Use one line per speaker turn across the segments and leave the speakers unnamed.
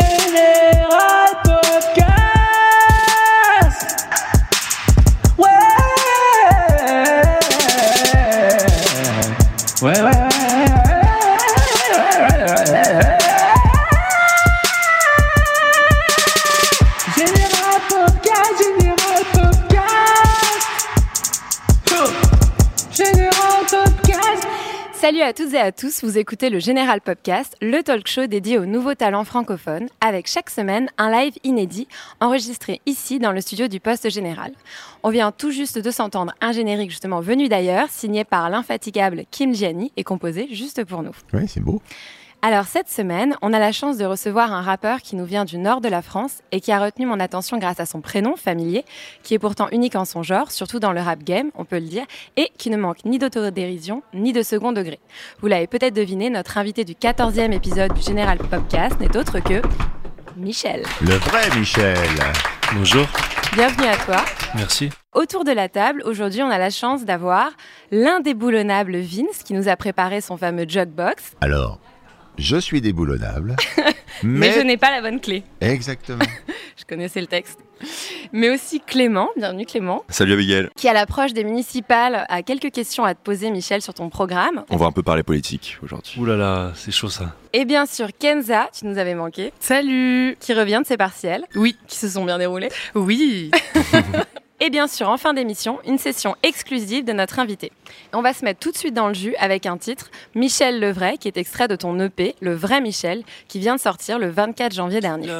Général Podcast. Ouais. Ouais, ouais, ouais, ouais, ouais, ouais, ouais, ouais. Général Podcast, Général Podcast. Général Podcast.
Salut à toutes et à tous, vous écoutez le Général Podcast, le talk show dédié aux nouveaux talents francophones, avec chaque semaine un live inédit enregistré ici dans le studio du Poste Général. On vient tout juste de s'entendre un générique justement venu d'ailleurs, signé par l'infatigable Kim Gianni et composé juste pour nous.
Oui, c'est beau.
Alors cette semaine, on a la chance de recevoir un rappeur qui nous vient du nord de la France et qui a retenu mon attention grâce à son prénom familier, qui est pourtant unique en son genre, surtout dans le rap game, on peut le dire, et qui ne manque ni d'autodérision ni de second degré. Vous l'avez peut-être deviné, notre invité du 14e épisode du Général Podcast n'est autre que Michel.
Le vrai Michel.
Bonjour,
Bienvenue à toi.
merci.
Autour de la table, aujourd'hui, on a la chance d'avoir l'indéboulonnable Vince qui nous a préparé son fameux jugbox,
Alors, je suis déboulonnable,
mais,
mais,
je n'ai pas la bonne clé.
exactement.
Je connaissais le texte. Mais aussi Clément, bienvenue Clément,
Salut Abigail,
qui à l'approche des municipales a quelques questions à te poser Michel sur ton programme.
on va un peu parler politique aujourd'hui.
Ouh là là, c'est chaud ça.
Et bien sûr Kenza, tu nous avais manqué,
Salut
qui revient de ses partiels,
Oui,
qui se sont bien déroulés.
oui
Et bien sûr en fin d'émission, une session exclusive de notre invité. On va se mettre tout de suite dans le jus avec un titre, Michel le vrai, qui est extrait de ton EP, Le vrai Michel, qui vient de sortir le 24 janvier dernier.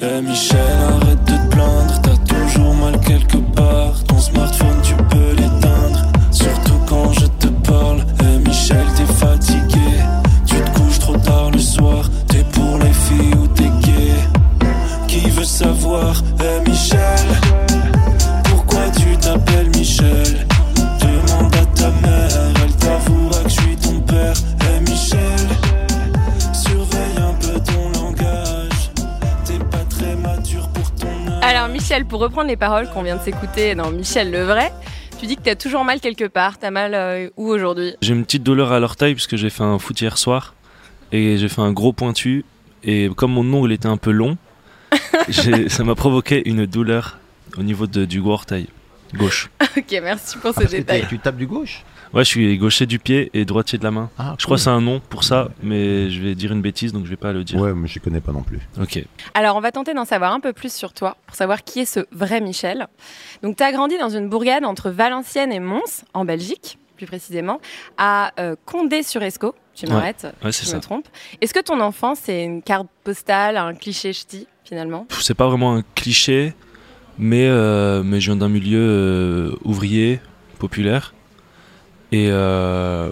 Eh Michel, arrête de te plaindre, t'as toujours mal quelque part. Ton smartphone, tu peux l'éteindre, surtout quand je te parle. Eh Michel, t'es fatigué, tu te couches trop tard le soir. T'es pour les filles ou t'es gay Qui veut savoir, eh Michel, pourquoi tu t'appelles Michel Demande à ta mère, elle t'avouera que je suis ton père. Eh Michel, surveille un peu ton langage. T'es pas très mature pour ton âge.
Alors Michel, pour reprendre les paroles qu'on vient de s'écouter dans Michel le vrai, tu dis que t'as toujours mal quelque part, t'as mal euh, où aujourd'hui
J'ai une petite douleur à l'orteil puisque j'ai fait un foot hier soir et j'ai fait un gros pointu et comme mon ongle était un peu long, j'ai- ça m'a provoqué une douleur au niveau de- du gros orteil gauche.
Ok, merci pour
Ah,
ce
parce que t'es-
détail.
tu tapes du gauche
Ouais, je suis gaucher du pied et droitier de la main.
ah,
Je crois que c'est un nom pour ça, mais je vais dire une bêtise donc je vais pas le dire.
Ouais, mais je connais pas non plus.
Ok.
Alors on va tenter d'en savoir un peu plus sur toi, pour savoir qui est ce vrai Michel. Donc t'as grandi dans une bourgade entre Valenciennes et Mons, en Belgique plus précisément, à euh, Condé-sur-Escaut, tu
Ouais,
m'arrêtes
Ouais,
si
c'est
je
ça.
me trompe. Est-ce que ton enfance c'est une carte postale, un cliché ch'ti finalement
Pff, c'est pas vraiment un cliché, mais, euh, mais je viens d'un milieu euh, ouvrier, populaire. Et euh,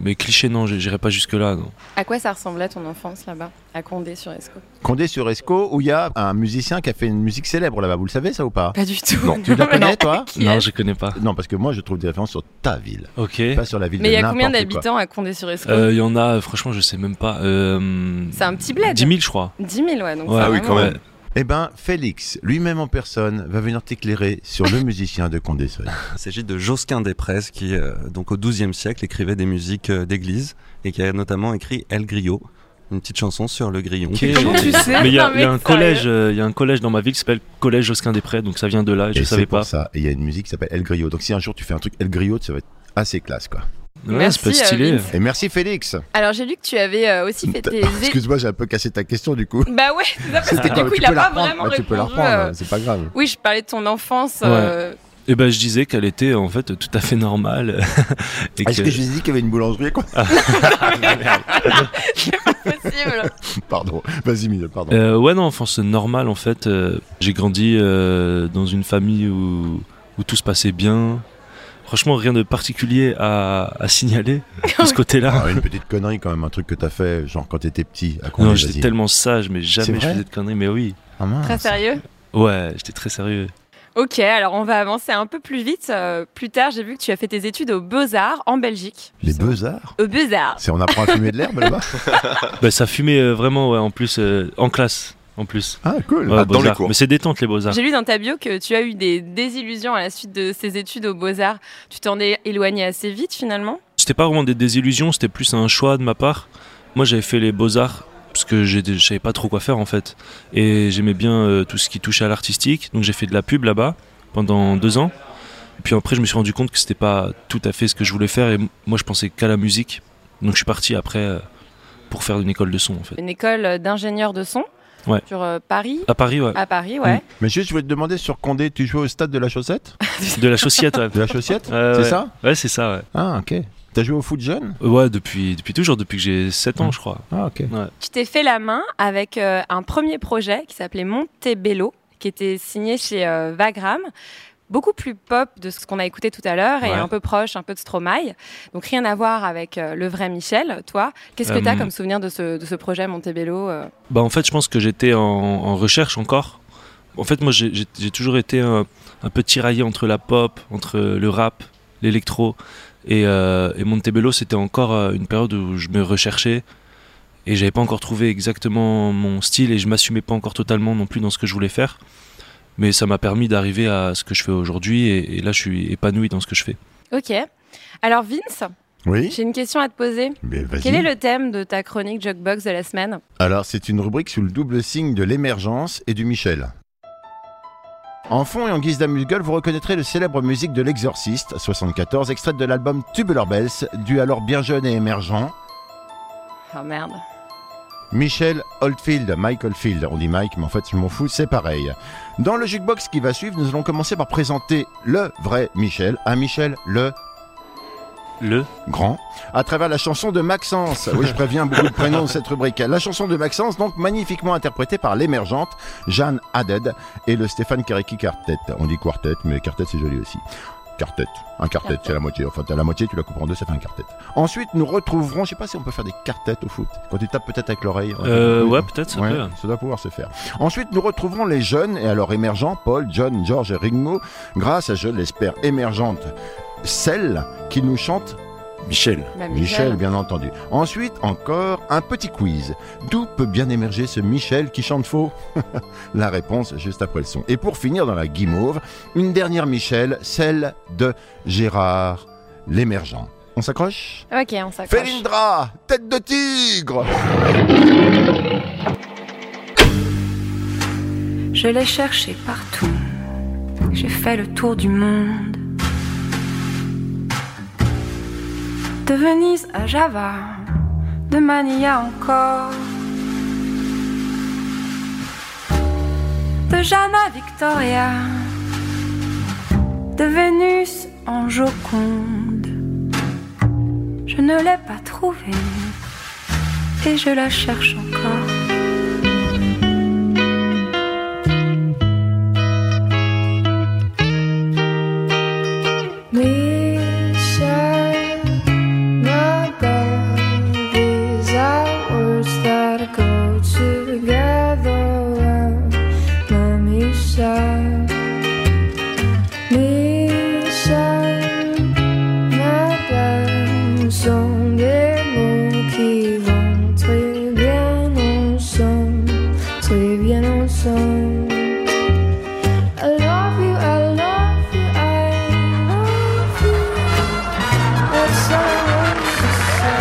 mais cliché, non, j- j'irai pas jusque-là. non.
À quoi ça ressemblait ton enfance là-bas, à Condé-sur-Escaut
Condé sur Esco, où il y a un musicien qui a fait une musique célèbre là-bas. Vous le savez, ça ou pas
Pas du tout.
Non. Tu la connais, toi
Qui
Non,
est-
je connais pas.
Non, parce que moi, je trouve des références sur ta ville,
Ok.
pas
Euh,
sur la ville
Mais il y
de
a combien
n'importe quoi. Euh,
d'habitants à Condé-sur-Escaut
Il y en a, franchement, je sais même pas. euh,
C'est un petit bled.
10 000, je crois.
10 000, ouais. Donc
Ouais,
c'est
ah oui,
vraiment-
quand même.
Eh ben, Félix, lui-même en personne, va venir t'éclairer sur le musicien de Condé sur Esco.
Il s'agit de Josquin des Presses qui, euh, donc au XIIe siècle, écrivait des musiques euh, d'église et qui a notamment écrit El Griot, une petite chanson sur le grillon.
Ok.
Comment tu sais
Mais il y, a-
Non,
il y a un
mec,
collège,
sérieux.
euh, il y a un collège dans ma ville qui s'appelle Collège Josquin des Prés, donc ça vient de là. et Je
Et
savais
c'est pour
pas.
ça. Et il y a une musique qui s'appelle El Griot. Donc si un jour tu fais un truc El Griot, ça va être assez classe, quoi.
Ouais, ça peut être
Merci, euh,
stylé.
Vince.
Et merci, Félix.
Alors j'ai lu que tu avais euh, aussi fait tes.
Ah, Excuse-moi, j'ai un peu cassé ta question, du coup.
Bah ouais, c'est ça, parce que
C'était
du
pas-
coup
tu
il a
peux la
pas
reprendre.
vraiment euh,
Bah, Tu peux la
répondu,
reprendre,
euh,
c'est pas grave.
Oui, je parlais de ton enfance. euh,
Et ben, je disais qu'elle était en fait tout à fait normale. et
Ah, Est-ce
que-
que je vous ai dit qu'il y avait une boulangerie quoi
C'est pas possible.
Pardon. Vas-y, Miguel, pardon.
Euh, ouais, non, enfance normale en fait. Euh, J'ai grandi euh, dans une famille où, où tout se passait bien. Franchement, rien de particulier à, à signaler de ce côté-là.
Ah, une petite connerie quand même, un truc que t'as fait genre quand t'étais petit à Condé,
non,
vas-y.
j'étais tellement sage, mais
C'est
jamais je
vrai
faisais de conneries. Mais oui,
Ah, mince.
Très sérieux.
ouais, j'étais très sérieux.
Ok, alors on va avancer un peu plus vite. Euh, plus tard, j'ai vu que tu as fait tes études aux Beaux-Arts en Belgique.
Les beaux-arts
Aux Beaux-Arts.
C'est on apprend à fumer de l'herbe là-bas
Bah, ça fumait euh, vraiment, ouais, en plus, euh, en classe, en plus.
Ah, cool.
Ouais,
Ah,
aux
dans les
Beaux-Arts.
cours.
Mais c'est détente les beaux-arts.
J'ai lu dans ta bio que tu as eu des désillusions à la suite de ces études aux Beaux-Arts. Tu t'en es éloigné assez vite finalement
C'était pas vraiment des désillusions, c'était plus un choix de ma part. Moi, j'avais fait les beaux-arts parce que j'étais- je savais pas trop quoi faire en fait. Et j'aimais bien euh, tout ce qui touchait à l'artistique. Donc j'ai fait de la pub là-bas pendant deux ans. Puis après, je me suis rendu compte que c'était pas tout à fait ce que je voulais faire. Et m- moi, je pensais qu'à la musique. Donc je suis parti après euh, pour faire une école de son en fait.
Une école d'ingénieur de son
Ouais.
sur euh, Paris
À Paris, ouais.
À Paris, ouais.
Mais juste, je voulais te demander sur Condé, tu jouais au stade de la chaussette
De la chaussette, ouais.
De la chaussette
Ouais,
C'est
Euh, ouais.
ça
Ouais, c'est ça, ouais.
Ah, ok. T'as joué au foot jeune
Ouais, depuis, depuis toujours, depuis que j'ai 7 ans, je crois.
Ah, ok.
Tu t'es fait la main avec euh, un premier projet qui s'appelait Montebello, qui était signé chez euh, Vagram. Beaucoup plus pop de ce qu'on a écouté tout à l'heure et
Ouais.
un peu proche, un peu de Stromae. Donc rien à voir avec euh, le vrai Michel, toi. Qu'est-ce que
Euh,
tu as comme souvenir de ce, de ce projet Montebello euh
Bah en fait, je pense que j'étais en, en recherche encore. En fait, moi, j'ai j'ai- j'ai toujours été un, un peu tiraillé entre la pop, entre le rap, l'électro. Et, euh, et Montebello, c'était encore euh, une période où je me recherchais et j'avais pas encore trouvé exactement mon style et je m'assumais pas encore totalement non plus dans ce que je voulais faire. Mais ça m'a permis d'arriver à ce que je fais aujourd'hui et, et là, je suis épanoui dans ce que je fais.
Ok. Alors Vince,
Oui
j'ai une question à te poser.
Mais vas-y.
Quel est le thème de ta chronique Jugbox de la semaine
Alors, c'est une rubrique sous le double signe de l'émergence et du Michel. En fond et en guise d'amuse-gueule, vous reconnaîtrez le célèbre musique de l'Exorciste, 74, extraite de l'album Tubular Bells, du alors bien jeune et émergent
Oh merde.
Michel Oldfield, Mike Oldfield, on dit Mike, mais en fait je m'en fous, c'est pareil. Dans le jukebox qui va suivre, nous allons commencer par présenter le vrai Michel, à Michel le
Le
grand, à travers la chanson de Maxence. Oui, je préviens beaucoup de prénoms de cette rubrique. La chanson de Maxence, donc magnifiquement interprétée par l'émergente Jeanne Haddad et le Stéphane Kareki Quartet. On dit quartet, mais quartet c'est joli aussi. Quartet, un quartet, c'est la moitié. Enfin, t'as la moitié, tu la coupes en deux, ça fait un quartet. Ensuite, nous retrouverons, je sais pas si on peut faire des quartets au foot. Quand tu tapes peut-être avec l'oreille. hein.
Euh, ouais, peut-être, ça
Ouais,
peut.
ça doit pouvoir se faire. Ensuite, nous retrouverons les jeunes et alors émergents, Paul, John, George et Ringo, grâce à, je l'espère, émergente, celle qui nous chante
Michel.
Bah,
Michel, bien entendu. Ensuite, encore un petit quiz. D'où peut bien émerger ce Michel qui chante faux La réponse juste après le son. Et pour finir dans la guimauve, une dernière Michel, celle de Gérard l'émergent. On s'accroche
Ok, on s'accroche.
Felindra, tête de tigre
Je l'ai cherché partout. J'ai fait le tour du monde. De Venise à Java, de Manilla encore. De Jeanne à Victoria, de Vénus en Joconde. Je ne l'ai pas trouvée et je la cherche encore. Michelle, my God, these are words that go together well. My Michelle, Michelle, ma belle, sont des mots qui vont très bien ensemble, très bien ensemble. I love you, I love you, I love you. That's all I want to say.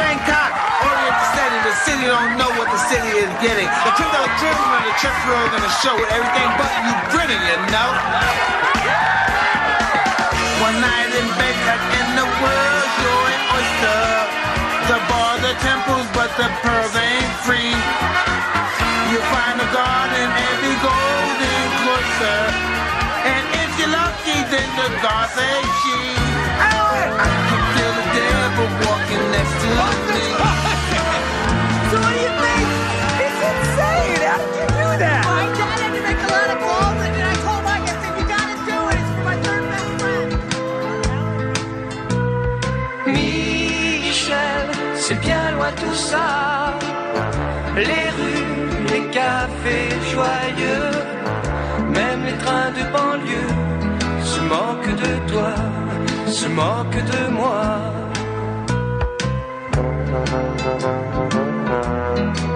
Bangkok, Orient City, the city don't know what the city is getting. The crypto children on the trip world on the show with everything but you grinning, you know. One night in Bangkok in the world, you're an oyster. The bar, the temples, but the pearls ain't free. You find a garden and be golden cloister. in the garbage chute. I can feel the devil walking next to me.
So what do you think? It's insane. How did you do that?
My dad had to make a lot of calls, and then I told Mike, I said, you gotta do it. It's for my third best friend.
Michel, c'est bien loin tout ça. Les rues, les cafés joyeux, même les trains de banlieue se moquent de toi, se moquent de moi.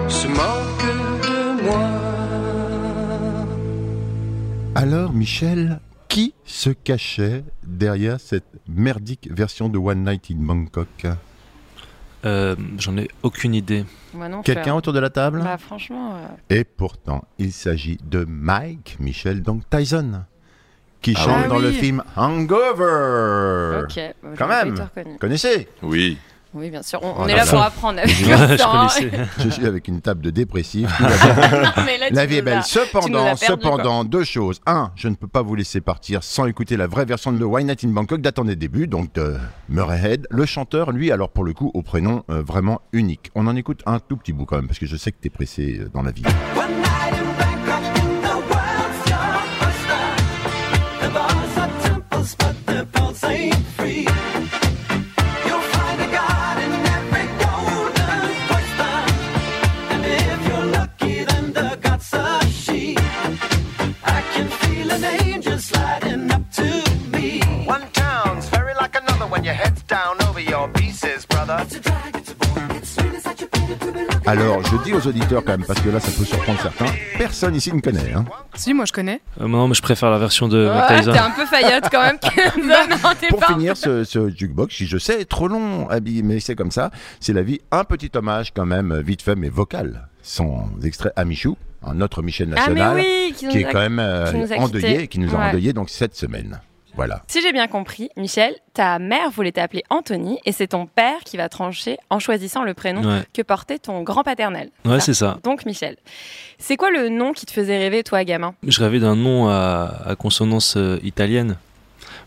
Se moquent de moi.
Alors, Michel, qui se cachait derrière cette merdique version de One Night in Bangkok
Euh, J'en ai aucune idée.
Moi non,
Quelqu'un
Fleur.
autour de la table
Bah, franchement. euh,
Et pourtant, il s'agit de Mike Michel, donc Tyson, qui
Ah
chante
oui.
dans
Ah
le
oui.
film Hangover.
Ok, bah, j'aurais
Quand
pas
même.
été reconnue.
Connaissez
Oui.
Oui, bien sûr. On, on
Oh,
est là
la
pour
vache.
apprendre hein. avec Vincent.
Je suis avec une table de dépressifs.
Mais là, tu
la vie est
nous
belle.
as- tu nous
Cependant,
as perdu, quoi.
cependant, deux choses. Un, je ne peux pas vous laisser partir sans écouter la vraie version de le Why Not in Bangkok datant des débuts, donc de Murray Head. Le chanteur, lui, alors pour le coup, au prénom euh, vraiment unique. On en écoute un tout petit bout quand même, parce que je sais que t'es pressé euh, dans la vie.
One town's very like another when your head's down over your pieces, brother.
Alors, je dis aux auditeurs quand même, parce que là, ça peut surprendre certains. Personne ici ne connaît. Hein.
Si, moi je connais.
Euh, non, mais je préfère la version de
Ouais,
Mike Tyson.
t'es
un peu faillotte quand même. Kenzo. Non, t'es
Pour
pas-
finir ce, ce jukebox, qui, je sais est trop long, habillé, mais c'est comme ça, c'est la vie. Un petit hommage quand même, vite fait mais vocal, sans extrait à Michou, un notre Michel
Ah, mais
national,
oui, qui nous
est
a-
quand même euh,
qui nous a quittés.
endeuillé, qui nous a
Ouais.
endeuillé donc cette semaine. Voilà.
Si j'ai bien compris, Michel, ta mère voulait t'appeler Anthony et c'est ton père qui va trancher en choisissant le prénom
Ouais.
que portait ton grand paternel.
Ouais, c'est ça.
Donc Michel. C'est quoi le nom qui te faisait rêver, toi, gamin
Je rêvais d'un nom à, à consonance euh, italienne.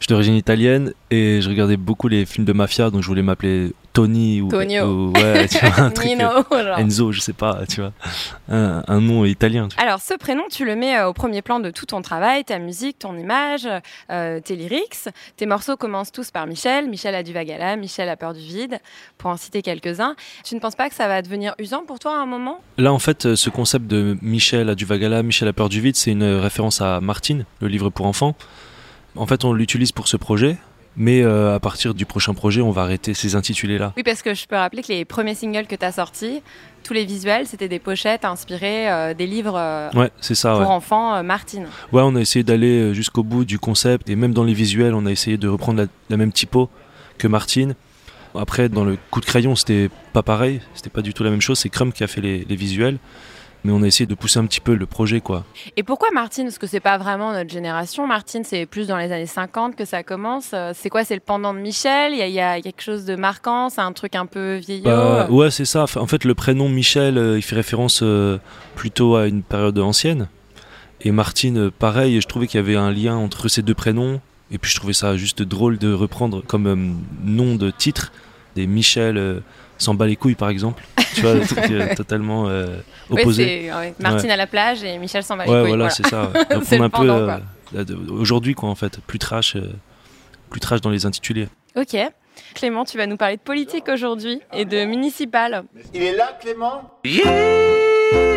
Je suis d'origine italienne et je regardais beaucoup les films de mafia, donc je voulais m'appeler Tony ou,
Tonio.
ou- ouais, tu vois, un truc,
Nino,
euh,
genre.
Enzo, je sais pas, tu vois, un, un nom italien. tu vois.
Alors, ce prénom, tu le mets euh, au premier plan de tout ton travail, ta musique, ton image, euh, tes lyrics. Tes morceaux commencent tous par Michel. Michel a du vagala, Michel a peur du vide, pour en citer quelques-uns. Tu ne penses pas que ça va devenir usant pour toi à un moment
Là, en fait, euh, ce concept de Michel à Duvagala, Michel à peur du vide, c'est une euh, référence à Martine, le livre pour enfants. En fait, on l'utilise pour ce projet, mais euh, à partir du prochain projet, on va arrêter ces intitulés-là.
Oui, parce que je peux rappeler que les premiers singles que tu as sortis, tous les visuels, c'était des pochettes inspirées euh, des livres euh,
Ouais, c'est ça.
pour
Ah ouais.
enfants euh, Martine.
Ouais, on a essayé d'aller euh, jusqu'au bout du concept et même dans les visuels, on a essayé de reprendre la, la même typo que Martine. Après, dans le coup de crayon, c'était pas pareil, c'était pas du tout la même chose. C'est Crum qui a fait les, les visuels, mais on a essayé de pousser un petit peu le projet, quoi.
Et pourquoi Martine Parce que c'est pas vraiment notre génération. Martine, c'est plus dans les années 50 que ça commence. Euh, C'est quoi C'est le pendant de Michel Il y a, il y a quelque chose de marquant C'est un truc un peu vieillot Euh,
Bah, ouais, c'est ça. Enfin, En fait, le prénom Michel, euh, il fait référence euh, plutôt à une période ancienne. Et Martine, euh, pareil, et je trouvais qu'il y avait un lien entre ces deux prénoms. Et puis je trouvais ça juste drôle de reprendre comme euh, nom de titre des Michel euh, s'en bat les couilles, par exemple. Tu vois, un truc euh, totalement euh,
Ouais,
opposé.
c'est, ouais, Martine
Ouais.
à la plage et Michel s'en va les
Ouais,
couilles,
voilà, c'est ça. ouais. Donc,
C'est le
on a un peu
pendant,
euh,
quoi.
là, de- aujourd'hui, quoi, en fait. Plus trash, euh, plus trash dans les intitulés.
Ok. Clément, tu vas nous parler de politique aujourd'hui et de municipal.
Il est là, Clément
Your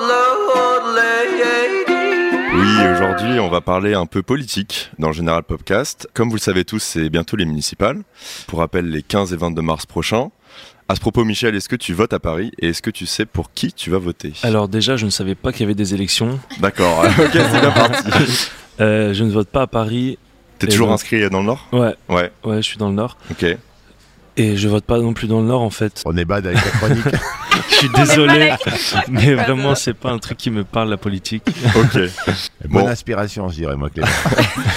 lord lady.
Oui, aujourd'hui, on va parler un peu politique dans le Général Podcast. Comme vous le savez tous, c'est bientôt les municipales. Pour rappel, les 15 et 22 mars prochains. À ce propos, Michel, est-ce que tu votes à Paris et est-ce que tu sais pour qui tu vas voter
Alors déjà, je ne savais pas qu'il y avait des élections.
D'accord, ok, c'est bien parti.
Euh, je ne vote pas à Paris.
T'es
Et
toujours
donc-
inscrit dans le Nord
Ouais.
Ouais.
Ouais, je suis dans le Nord.
Ok.
Et je vote pas non plus dans le Nord en fait.
On est bad avec la chronique.
Je suis
On est
désolé,
mal à-
mais vraiment, c'est pas un truc qui me parle, la politique.
Ok.
Bonne inspiration, je dirais, moi, Clément.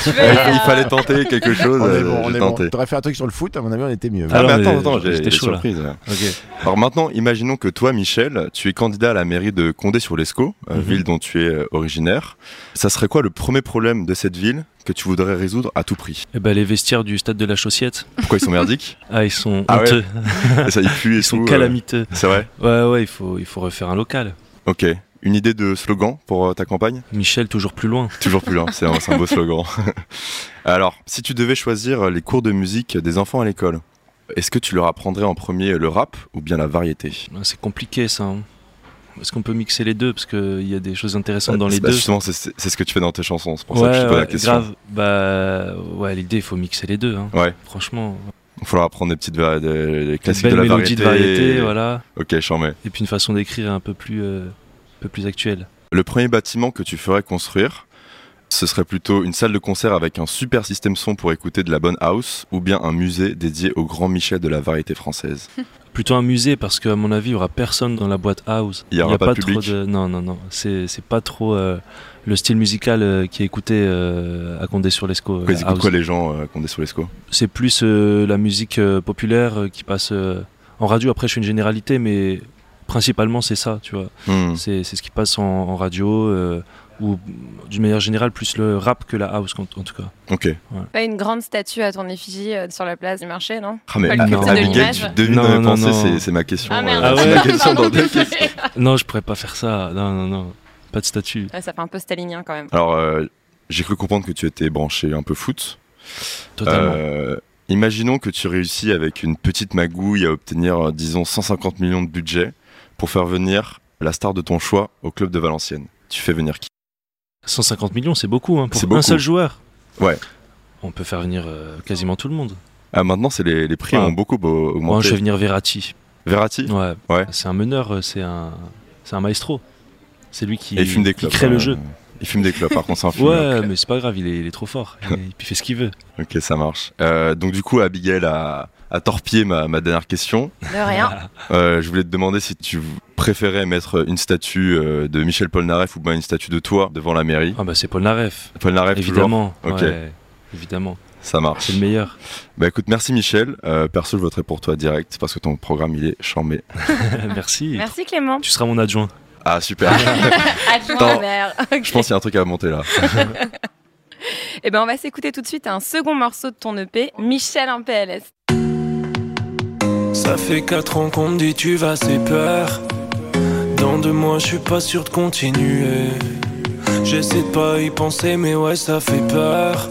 Il fallait tenter quelque chose,
On est
euh,
bon, on
j'ai
est bon.
tenté.
T'aurais fait un truc sur le foot, à mon avis, on était mieux.
Ah, mais attends, attends, j'ai des surprises. Alors maintenant, imaginons que toi, Michel, tu es candidat à la mairie de Condé-sur-Lescaut, euh,
Mhm.
ville dont tu es euh, originaire. Ça serait quoi le premier problème de cette ville que tu voudrais résoudre à tout prix
Eh ben, les vestiaires du stade de la Chaussiette.
Pourquoi ils sont merdiques
Ah, ils sont
Ah ouais.
honteux.
Ça, ils puent et
Ils sont
tout, euh.
calamiteux.
C'est vrai
Ouais, ouais, il faut, il faut refaire un local.
Ok. Une idée de slogan pour euh, ta campagne
Michel, toujours plus loin.
Toujours plus loin, c'est un, c'est un beau slogan. Alors, si tu devais choisir euh, les cours de musique des enfants à l'école, est-ce que tu leur apprendrais en premier le rap ou bien la variété
Ah, C'est compliqué, ça. hein. Est-ce qu'on peut mixer les deux Parce qu'il y a des choses intéressantes dans les
Bah,
deux.
Justement, c'est- c'est c'est ce que tu fais dans tes chansons, c'est pour ça
ouais,
que je te pose la
ouais,
question.
grave. Bah, ouais, l'idée, il faut mixer les deux. hein.
Ouais.
Franchement.
Il faudra apprendre des petites vari- des, des classiques de
belles
la
mélodies
variété.
de variété, voilà.
Ok, j'en mets.
Et puis une façon d'écrire un peu plus, euh, un peu plus actuelle.
Le premier bâtiment que tu ferais construire, ce serait plutôt une salle de concert avec un super système son pour écouter de la bonne house ou bien un musée dédié au grand Michel de la variété française.
Plutôt un musée parce qu'à mon avis, il y aura personne dans la boîte house.
Il y aura
a
pas de public.
trop de. Non, non, non. C'est c'est pas trop euh, le style musical euh, qui est écouté euh, à Condé-sur-Lescaut. euh,
Pourquoi ils écoutent
house.
quoi les gens euh, qu'on est sous les scos
C'est plus euh, la musique euh, populaire euh, qui passe euh, en radio. Après, je fais une généralité, mais principalement, c'est ça, tu vois.
Hmm.
C'est c'est ce qui passe en, en radio, euh, ou d'une manière générale, plus le rap que la house, en, en tout cas.
Ok.
Pas une grande statue à ton effigie euh, sur la place du marché, non
Ah mais
Pas le
ah,
culte de
Abigail,
l'image
tu devines
Non,
dans mes
non,
pensées,
non.
c'est- c'est ma question.
Ah, merde.
euh,
Ah
c'est
ouais.
ma question dans
Pardon,
deux
désolé.
questions.
Non, je pourrais pas faire ça. Non, non, non. Pas de statut.
Ouais, ça fait un peu stalinien quand même.
Alors, euh, j'ai cru comprendre que tu étais branché un peu foot.
Totalement.
Euh, imaginons que tu réussis avec une petite magouille à obtenir, euh, disons, 150 millions de budget pour faire venir la star de ton choix au club de Valenciennes. Tu fais venir qui
150 millions, c'est beaucoup hein, pour
C'est
un
beaucoup.
seul joueur.
Ouais.
On peut faire venir euh, quasiment tout le monde.
Ah, maintenant, c'est les, les prix
Ouais.
ont beaucoup beau-
Moi,
augmenté.
je vais venir Verratti.
Verratti
Ouais.
Ouais.
C'est un meneur, euh, c'est un, c'est un maestro. C'est lui qui,
Et il fume des
qui
clopes,
crée le
euh,
jeu.
Il fume des clopes, par contre, c'est un fumeur.
Ouais, mais c'est pas grave, il est, il est trop fort. Et puis, il fait ce qu'il veut.
Ok, ça marche. Euh, donc du coup, Abigail a, a torpillé ma, ma dernière question.
De rien.
Euh, je voulais te demander si tu préférais mettre une statue euh, de Michel Polnareff ou bien une statue de toi devant la mairie.
Ah bah c'est Polnareff.
Polnareff, toujours
Évidemment.
Ok,
ouais, évidemment.
ça marche.
C'est le meilleur.
Bah écoute, merci Michel. Euh, perso, je voterai pour toi direct parce que ton programme, il est charmé.
Merci.
Merci Clément.
Tu seras mon adjoint.
Ah super.
Adjoint
Attends,
au maire. Ok.
Je pense qu'il y a un truc à monter là.
Eh ben, on va s'écouter tout de suite un second morceau de ton EP, Michel en PLS.
Ça fait 4 ans qu'on me dit tu vas c'est peur Dans deux mois je suis pas sûr de continuer J'essaie de pas y penser mais ouais ça fait peur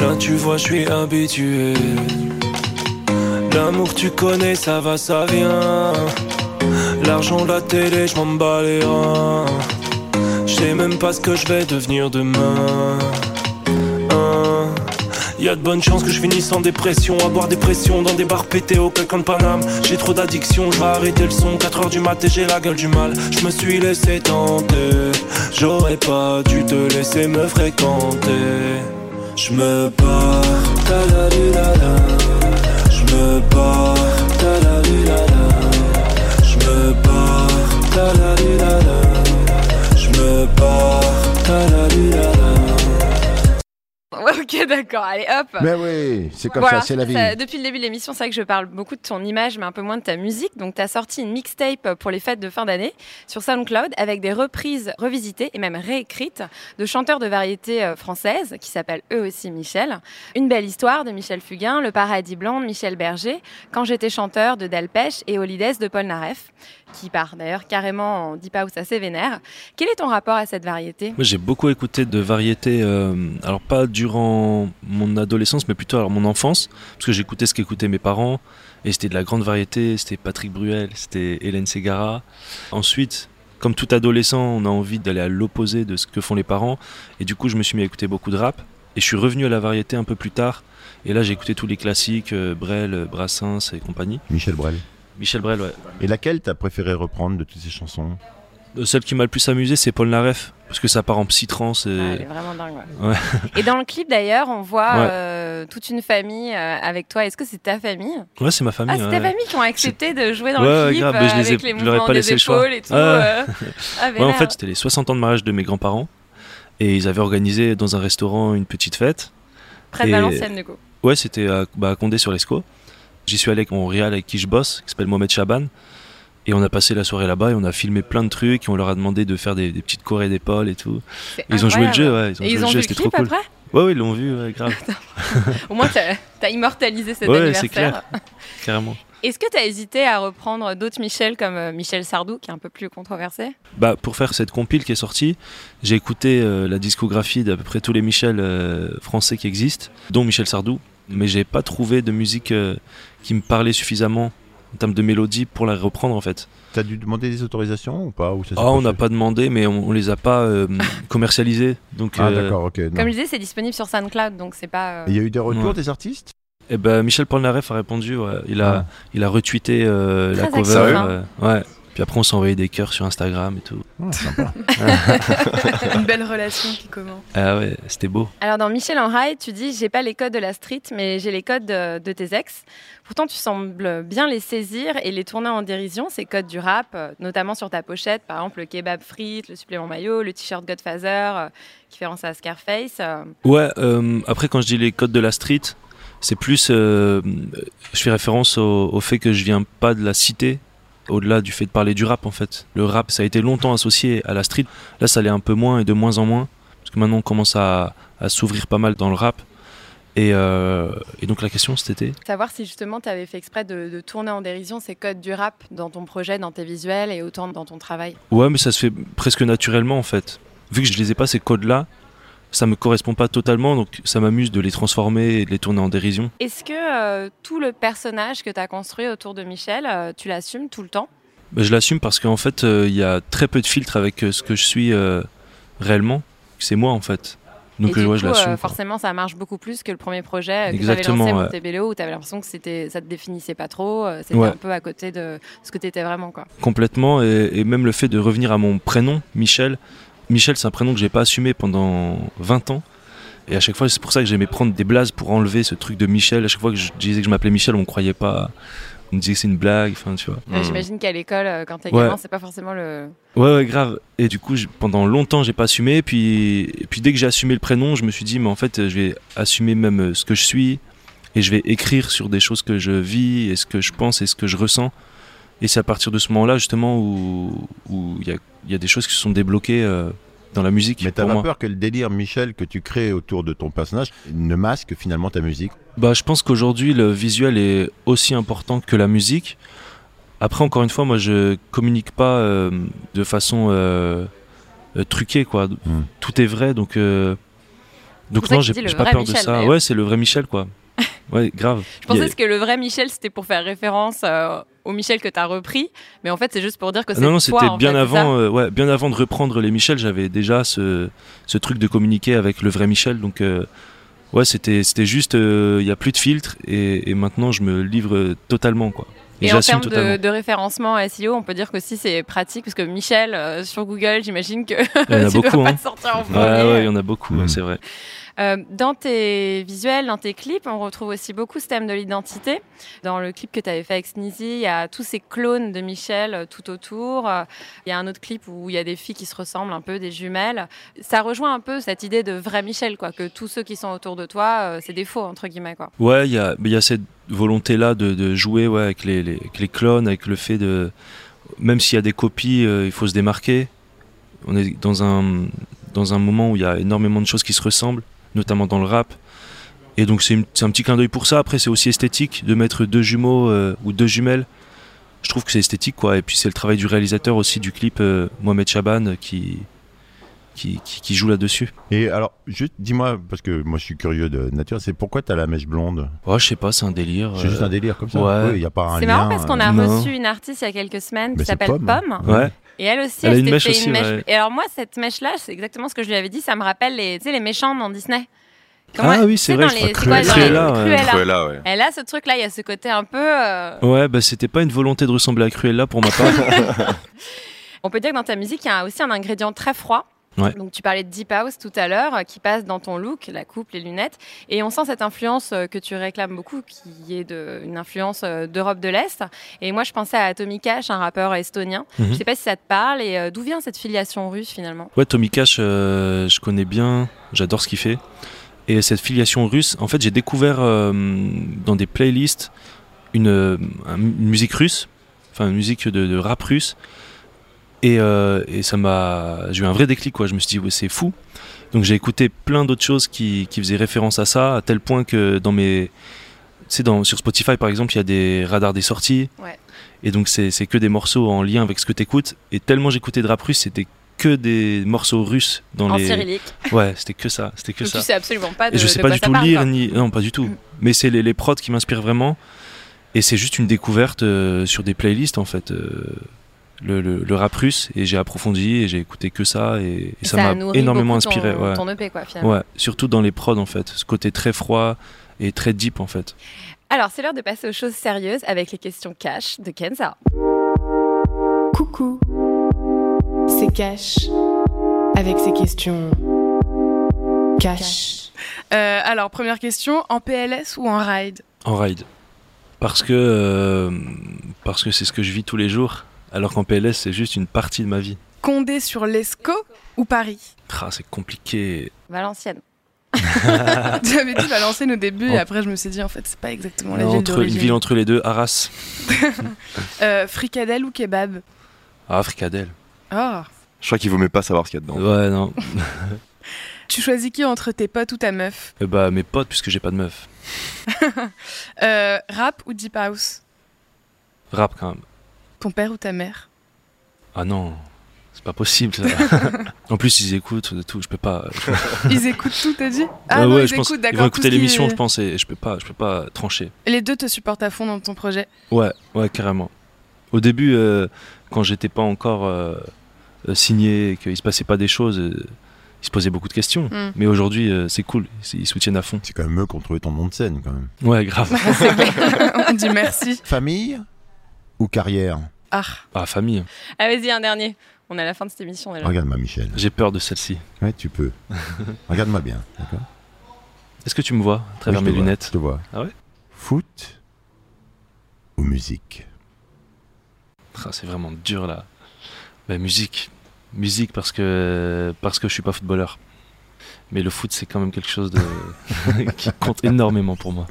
Là tu vois je suis habitué L'amour tu connais ça va ça vient L'argent la télé je m'en bats les reins Je sais même pas ce que je vais devenir demain Hein. Y'a de bonnes chances que je finisse en dépression, à boire des pressions dans des bars pétés au quelqu'un de Paname. J'ai trop d'addiction, je vais arrêter le son, 4h du mat et j'ai la gueule du mal. Je me suis laissé tenter, j'aurais pas dû te laisser me fréquenter. Je me bats, ta la Je me bats, ta la Je me bats, ta la Je me bats, ta
Ouais, ok, d'accord, allez hop.
Mais oui, c'est comme
Voilà,
ça, c'est la vie.
depuis le début de l'émission, c'est vrai que je parle beaucoup de ton image, mais un peu moins de ta musique. Donc, tu as sorti une mixtape pour les fêtes de fin d'année sur SoundCloud avec des reprises revisitées et même réécrites de chanteurs de variété euh, française qui s'appellent eux aussi Michel. Une belle histoire de Michel Fugain, Le paradis blanc de Michel Berger, Quand j'étais chanteur de Delpech et Holidays de Paul Naref, qui part d'ailleurs carrément en dit pas où ça s'est vénère. Quel est ton rapport à cette variété
Moi, j'ai beaucoup écouté de variétés, euh, alors pas durant mon adolescence, mais plutôt alors mon enfance, parce que j'écoutais ce qu'écoutaient mes parents, et c'était de la grande variété, c'était Patrick Bruel, c'était Hélène Ségara. Ensuite, comme tout adolescent, on a envie d'aller à l'opposé de ce que font les parents, et du coup, je me suis mis à écouter beaucoup de rap, et je suis revenu à la variété un peu plus tard, et là, j'ai écouté tous les classiques, euh, Brel, euh, Brassens et compagnie.
Michel Brel.
Michel Brel, ouais.
Et laquelle t'as préféré reprendre de toutes ces chansons
Euh, Celle qui m'a le plus amusé, c'est Paul Naref. Parce que ça part en psy-trans.
Ah,
Et...
elle est vraiment dingue. ouais.
Ouais.
Et dans le clip d'ailleurs, on voit
Ouais.
euh, toute une famille euh, avec toi. Est-ce que c'est ta famille
Ouais, c'est ma famille.
Ah, c'est
ouais.
ta famille qui ont accepté de jouer dans
Ouais,
le
ouais,
clip
grave,
euh,
mais je les ai-
avec les
je leur ai
mouvements
pas
des
laissé le choix.
épaules et tout.
Ouais.
euh. Ah,
Ouais, en
vénère.
fait, c'était les 60 ans de mariage de mes grands-parents. Et ils avaient organisé dans un restaurant une petite fête.
Près de
Et-
Valenciennes, du coup.
Ouais, c'était à, bah, à Condé-sur-Lescaut. J'y suis allé avec mon réal avec qui je bosse, qui s'appelle Mohamed Chaban. Et on a passé la soirée là-bas et on a filmé plein de trucs. Et on leur a demandé de faire des, des petites chorées d'épaule et tout.
C'est
Et Ils ont joué le
incroyable.
jeu, ouais. Ils ont
Et
joué
ils ont
le
vu
jeu,
le
c'était trop
clip
cool.
après
ouais, ouais, ils l'ont vu, ouais, grave.
Au moins, t'as as immortalisé cet
ouais, c'est
anniversaire.
clair. Carrément.
Est-ce que t'as hésité à reprendre d'autres Michel comme euh, Michel Sardou, qui est un peu plus controversé
Bah, pour faire cette compile qui est sortie, j'ai écouté euh, la discographie d'à peu près tous les Michel euh, français qui existent, dont Michel Sardou, mais j'ai pas trouvé de musique euh, qui me parlait suffisamment en termes de mélodie pour la reprendre en fait.
T'as dû demander des autorisations ou pas ou ça s'est
Ah,
pas
on
fait
n'a pas demandé, mais on, on les a pas euh, commercialisés. Donc, euh,
Ah, d'accord, ok, non.
Comme je disais, c'est disponible sur SoundCloud, donc c'est pas. euh,
Il y a eu des retours
Ouais.
des artistes
Eh ben, Michel Polnareff a répondu, ouais. il,
Ah.
a, il a retweeté euh, la
Très
cover.
actif, hein.
euh, ouais. Puis après, on s'est envoyé des cœurs sur Instagram et tout.
Ah,
Une belle relation qui commence.
ah ouais, c'était beau.
Alors dans Michel en rail, tu dis j'ai pas les codes de la street, mais j'ai les codes de, de tes ex. Pourtant, tu sembles bien les saisir et les tourner en dérision ces codes du rap, euh, notamment sur ta pochette, par exemple le kebab frites, le supplément maillot, le t-shirt Godfather, euh, qui fait penser à Scarface. euh.
Ouais, euh, après quand je dis les codes de la street, c'est plus, euh, je fais référence au, au fait que je viens pas de la cité, au-delà du fait de parler du rap en fait. Le rap, ça a été longtemps associé à la street, là ça l'est un peu moins et de moins en moins, parce que maintenant on commence à, à s'ouvrir pas mal dans le rap. Et, euh, et donc la question cet été,
Savoir si justement tu avais fait exprès de, de tourner en dérision ces codes du rap dans ton projet, dans tes visuels et autant dans ton travail.
Ouais, mais ça se fait presque naturellement en fait. Vu que je les ai pas ces codes-là, ça me correspond pas totalement, donc ça m'amuse de les transformer et de les tourner en dérision.
Est-ce que euh, tout le personnage que tu as construit autour de Michel, euh, tu l'assumes tout le temps
Bah, Je l'assume parce qu'en fait, euh, il y a très peu de filtres avec euh, ce que je suis euh, réellement. C'est moi en fait. Donc
et
euh,
du
ouais,
coup,
je l'assume.
euh,
quoi.
forcément, ça marche beaucoup plus que le premier projet euh, que tu avais
Exactement,
lancé,
ouais.
Montebello, où tu avais l'impression que c'était, ça te définissait pas trop, euh, c'était
Ouais.
un peu à côté de ce que tu étais vraiment. Quoi.
Complètement. Et, et même le fait de revenir à mon prénom, Michel. Michel, c'est un prénom que j'ai pas assumé pendant 20 ans. Et à chaque fois, c'est pour ça que j'aimais prendre des blases pour enlever ce truc de Michel. À chaque fois que je disais que je m'appelais Michel, on me croyait pas. On me disait que c'est une blague. Enfin, tu vois.
Hmm.
Euh, J'imagine qu'à l'école, euh, quand t'es
Mmh. Ouais.
gamin, c'est pas forcément le.
Ouais, ouais, grave. Et du coup, j'ai- pendant longtemps, j'ai pas assumé. Puis, et puis dès que j'ai assumé le prénom, je me suis dit, mais en fait, euh, je vais assumer même euh, ce que je suis et je vais écrire sur des choses que je vis et ce que je pense et ce que je ressens. Et c'est à partir de ce moment-là, justement, où où il y a, il y a des choses qui se sont débloquées euh, dans la musique.
Mais t'as
pour
pas
moi.
peur que le délire, Michel, que tu crées autour de ton personnage ne masque finalement ta musique
Bah, je pense qu'aujourd'hui, le visuel est aussi important que la musique. Après, encore une fois, moi, je communique pas euh, de façon euh, euh, truquée, quoi. Tout est vrai, donc. euh,
C'est pour
donc
ça
non,
que tu
j'ai
dis le
j'ai pas
vrai
peur de
Michel,
ça.
d'ailleurs.
Ouais, c'est le vrai Michel, quoi. Ouais, grave.
Je pensais
Il y a-
que le vrai Michel, c'était pour faire référence euh, au Michel que t'as repris, mais en fait, c'est juste pour dire que c'est
Ah Non, non,
toi,
c'était
en
bien
fait, c'est ça
avant. euh, ouais, bien avant de reprendre les Michel, j'avais déjà ce, ce truc de communiquer avec le vrai Michel. Donc euh, ouais, c'était c'était juste, euh, il y a plus de filtre et, et maintenant je me livre euh, totalement, quoi.
Et en
j'assume
termes de, de référencement SEO, on peut dire que si c'est pratique, parce que Michel, euh, sur Google, j'imagine que
Il y en a
tu dois
beaucoup.
pas
hein.
te sortir en premier.
ouais, ouais, il y en a beaucoup,
Hmm.
ouais, c'est vrai.
Euh, dans tes visuels, dans tes clips, on retrouve aussi beaucoup ce thème de l'identité. Dans le clip que tu avais fait avec Sneezy, il y a tous ces clones de Michel euh, tout autour. Euh, Il y a un autre clip où il y a des filles qui se ressemblent un peu, des jumelles. Ça rejoint un peu cette idée de vrai Michel, quoi, que tous ceux qui sont autour de toi, euh, c'est des faux, entre guillemets. Quoi.
Ouais, il y a, mais il y a cette volonté-là de, de jouer ouais, avec, les, les- avec les clones, avec le fait de. Même s'il y a des copies, euh, il faut se démarquer. On est dans un, dans un moment où il y a énormément de choses qui se ressemblent, notamment dans le rap. Et donc, c'est une- c'est un petit clin d'œil pour ça. Après, c'est aussi esthétique de mettre deux jumeaux euh, ou deux jumelles. Je trouve que c'est esthétique, quoi. Et puis, c'est le travail du réalisateur aussi du clip, euh, Mohamed Chaban, qui, qui, qui, qui joue là-dessus.
Et alors, juste dis-moi, parce que moi je suis curieux de nature, c'est pourquoi t'as la mèche blonde
Ouais, je sais pas, c'est un délire.
C'est juste
euh,
un délire comme ça.
ouais.
Il n'y a pas un
C'est marrant
lien,
parce qu'on a
euh,
reçu une artiste il y a quelques semaines
Mais
qui
c'est
s'appelle Pomme.
Pomme. hein. Ouais.
Et elle aussi,
Elle a
elle,
une
s'était
mèche
fait
aussi,
une mèche.
ouais.
Et alors moi, cette mèche-là, c'est exactement ce que je lui avais dit. Ça me rappelle les, tu sais, les méchants dans Disney.
Ah oui,
tu sais,
c'est vrai,
dans
je
les-
crois
c'est
que
quoi, dans les-
Cruella, ouais.
Cruella.
Cruella, ouais.
Elle a ce truc-là, il y a ce côté un peu. euh,
Ouais, bah c'était pas une volonté de ressembler à Cruella pour ma part.
On peut dire que dans ta musique, il y a aussi un ingrédient très froid.
Ouais.
Donc tu parlais de Deep House tout à l'heure, euh, qui passe dans ton look, la coupe, les lunettes, et on sent cette influence euh, que tu réclames beaucoup, qui est de, une influence euh, d'Europe de l'Est. Et moi, je pensais à Atomic Cash, un rappeur estonien.
Mhm.
Je sais pas si ça te parle, et euh, d'où vient cette filiation russe finalement
Ouais, Tommy Cash, euh, je connais bien, j'adore ce qu'il fait. Et cette filiation russe, en fait, j'ai découvert euh, dans des playlists une, euh, un- une musique russe, enfin une musique de, de rap russe. Et, euh, et ça m'a. J'ai eu un vrai déclic, quoi. Je me suis dit, ouais, c'est fou. Donc j'ai écouté plein d'autres choses qui, qui faisaient référence à ça, à tel point que dans mes. Tu sais, dans, sur Spotify, par exemple, il y a des radars des sorties.
Ouais.
Et donc, c'est c'est que des morceaux en lien avec ce que t'écoutes. Et tellement j'écoutais de rap russe, c'était que des morceaux russes dans
En
les.
cyrillique.
Ouais, c'était que ça. C'était que
Donc
ça.
tu sais absolument pas de-
Et je sais
de
pas
quoi
du
ça
tout
parle,
lire,
quoi. Mm.
ni. Non, pas du tout. Mais c'est les, les prods qui m'inspirent vraiment. Et c'est juste une découverte euh, sur des playlists, en fait. euh, le, le- le rap russe. Et j'ai approfondi et j'ai écouté que ça. Et, et ça
ça a
m'a
nourri
énormément
beaucoup ton-
inspiré. ouais.
ton EP, quoi, finalement.
Ouais, surtout dans les prods, en fait. Ce côté très froid et très deep, en fait.
Alors, c'est l'heure de passer aux choses sérieuses avec les questions cash de Kenza.
Coucou, c'est Cash avec ses questions. Cash.
Euh, alors, première question, en PLS ou en ride
En ride. Parce que euh, parce que c'est ce que je vis tous les jours, alors qu'en PLS, c'est juste une partie de ma vie.
Condé sur l'Esco ou Paris
Ah, c'est compliqué.
Valenciennes.
Tu avais dit Valenciennes au début, et
En-
après je me suis dit, en fait, c'est pas exactement la ville
entre, une
d'origine.
ville entre les deux, Arras.
Euh, fricadelle ou kebab
Ah, Fricadelle.
Oh
Je crois qu'il vaut mieux pas savoir ce qu'il y a dedans.
Ouais, non.
Tu choisis qui entre tes potes ou ta meuf
Eh bah, mes potes, puisque j'ai pas de meuf.
Euh, Rap ou deep house
Rap quand même.
Ton père ou ta mère
Ah non, c'est pas possible ça. en plus, ils écoutent de tout, je peux pas.
Ils écoutent tout, t'as dit
Ah
non,
ouais,
ils
je pense-
écoutent,
ils vont
d'accord. tout ce
écouter
qui
l'émission,
est-
je pense, et je peux pas, je peux pas trancher.
Les deux te supportent à fond dans ton projet.
Ouais, ouais, carrément. Au début, euh, quand j'étais pas encore euh, euh, signé et qu'il se passait pas des choses, euh, ils se posaient beaucoup de questions.
Mm.
Mais aujourd'hui, euh, c'est cool, ils- ils soutiennent à fond.
C'est quand même eux qui ont trouvé ton nom de scène, quand même.
Ouais, grave.
On dit merci.
Famille ou carrière
Ah.
Ah, famille.
Ah, vas-y, un dernier. On a la fin de cette émission déjà.
Regarde-moi, Michel.
J'ai peur de celle-ci.
Ouais, tu peux. Regarde-moi bien, d'accord
Est-ce que tu me vois à travers
Oui, je
mes
te vois,
lunettes
je te vois.
Ah ouais
Foot ou musique
Ah, C'est vraiment dur là. Bah, musique. Musique parce que, parce que je suis pas footballeur. Mais le foot, c'est quand même quelque chose de... qui compte énormément pour moi.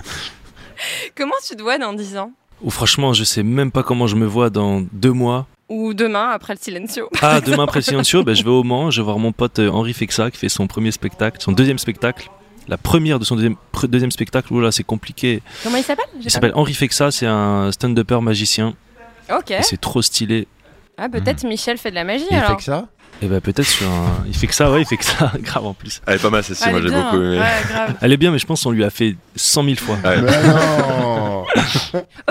Comment tu te vois dans 10 ans
Ou franchement, je sais même pas comment je me vois dans deux mois.
Ou demain après le silencio
Ah, demain après le Silencio, ben, je vais au Mans, je vais voir mon pote euh, Henri Fexa qui fait son premier spectacle, son deuxième spectacle. La première de son deuxième, pre- deuxième spectacle, oula, c'est compliqué.
Comment il s'appelle J'ai
Il
pas-
s'appelle Henri Fexa, c'est un stand-upper magicien.
Ok.
Et C'est trop stylé.
Ah, peut-être Michel fait de la magie
Mhm. Il fait
alors.
que ça Et ben peut-être sur un. Il fait que ça, ouais, il fait que ça, grave en plus.
Elle est pas mal
Ah,
celle-ci, moi j'ai beaucoup
hein.
aimé.
Elle est bien, mais je pense qu'on lui a fait 100 000 fois.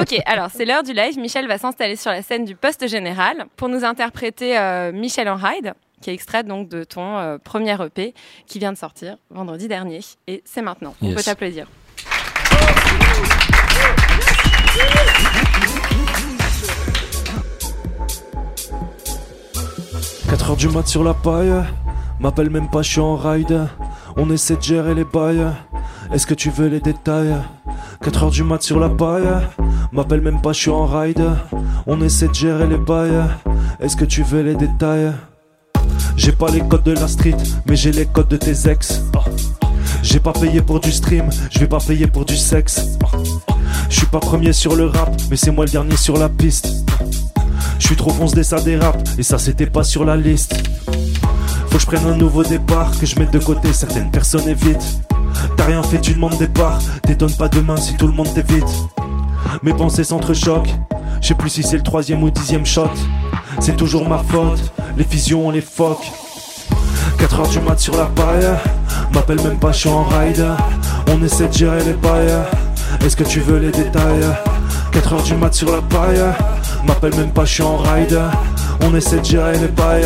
Ok, alors c'est l'heure du live. Michel va s'installer sur la scène du poste général pour nous interpréter euh, Michel en ride, qui est extrait donc de ton euh, premier EP qui vient de sortir vendredi dernier. Et c'est maintenant. On
Yes.
peut t'applaudir.
Quatre 4 heures du mat sur la paille, m'appelle même pas, je suis en ride. On essaie de gérer les bails, est-ce que tu veux les détails 4 heures du mat sur la paille, m'appelle même pas, je suis en ride. On essaie de gérer les bails, est-ce que tu veux les détails J'ai pas les codes de la street, mais j'ai les codes de tes ex. J'ai pas payé pour du stream, je vais pas payer pour du sexe. Je suis pas premier sur le rap, mais c'est moi le dernier sur la piste. Je suis trop foncé, ça dérape, et ça c'était pas sur la liste. Faut que je prenne un nouveau départ, que je mette de côté certaines personnes évitent. T'as rien fait, tu demandes départ, t'étonnes pas demain si tout le monde t'évite. Mes pensées s'entrechoquent, je sais plus si c'est le troisième ou dixième shot. C'est toujours ma faute, les fusions on les foque. 4 heures du mat sur la paille, m'appelle même pas, je suis en ride. On essaie de gérer les pailles, est-ce que tu veux les détails 4 heures du mat sur la paille, m'appelle même pas, je suis en ride. On essaie de gérer les pailles,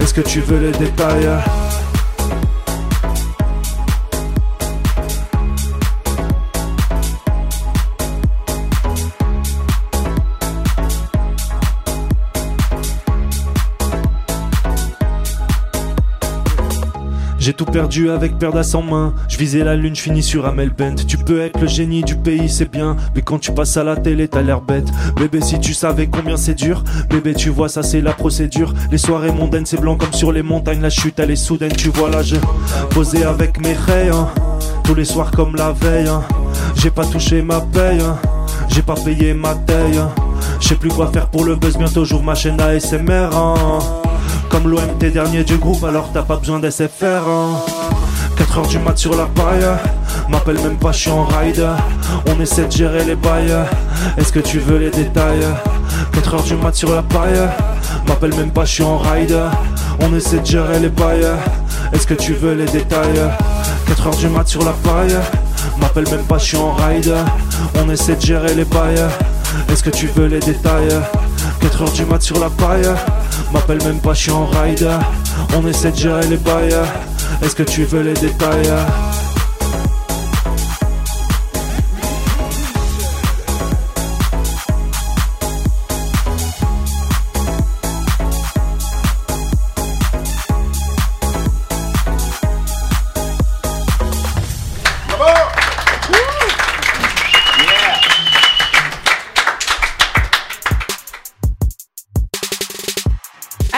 est-ce que tu veux les détails
J'ai tout perdu avec Perdas en main. Je visais la lune, je finis sur Amel Bent. Tu peux être le génie du pays, c'est bien. Mais quand tu passes à la télé, t'as l'air bête. Bébé, si tu savais combien c'est dur. Bébé, tu vois, ça c'est la procédure. Les soirées mondaines, c'est blanc comme sur les montagnes. La chute, elle est soudaine, tu vois là, je posé avec mes raies. hein. Tous les soirs comme la veille. hein. J'ai pas touché ma paye. hein. J'ai pas payé ma taille. hein. Je sais plus quoi faire pour le buzz, bientôt j'ouvre ma chaîne ASMR. hein. Comme l'OMT dernier du groupe, alors t'as pas besoin d'SFR. 4h du mat sur la paille, m'appelle même pas, je suis en ride. On essaie de gérer les bails, est-ce que tu veux les détails 4h du mat sur la paille, m'appelle même pas, je suis en ride. On essaie de gérer les bails, est-ce que tu veux les détails 4h du mat sur la paille, m'appelle même pas, je suis en ride. On essaie de gérer les bails, est-ce que tu veux les détails 4h du mat sur la paille M'appelle même pas, je suis en ride On essaie de gérer les bails Est-ce que tu veux les détails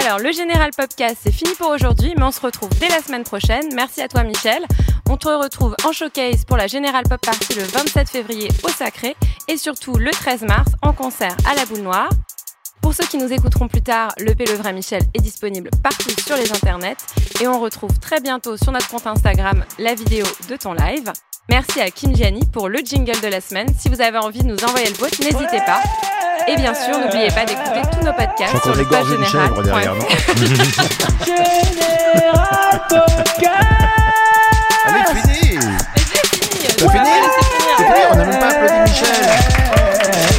Alors, le Général Podcast, c'est fini pour aujourd'hui, mais on se retrouve dès la semaine prochaine. Merci à toi, Michel. On te retrouve en showcase pour la Général Pop Party le 27 février au Sacré et surtout le 13 mars en concert à la Boule Noire. Pour ceux qui nous écouteront plus tard, le P. Le Vrai Michel est disponible partout sur les internets et on retrouve très bientôt sur notre compte Instagram la vidéo de ton live. Merci à Kim Gianni pour le jingle de la semaine. Si vous avez envie de nous envoyer le vôtre, n'hésitez pas. Et bien sûr, n'oubliez pas d'écouter tous nos
Je
podcasts
suis en train
sur le page
d'égorger une chèvre derrière, non
Général
Allez, fini C'est fini C'est fini, on n'a même pas applaudi Michel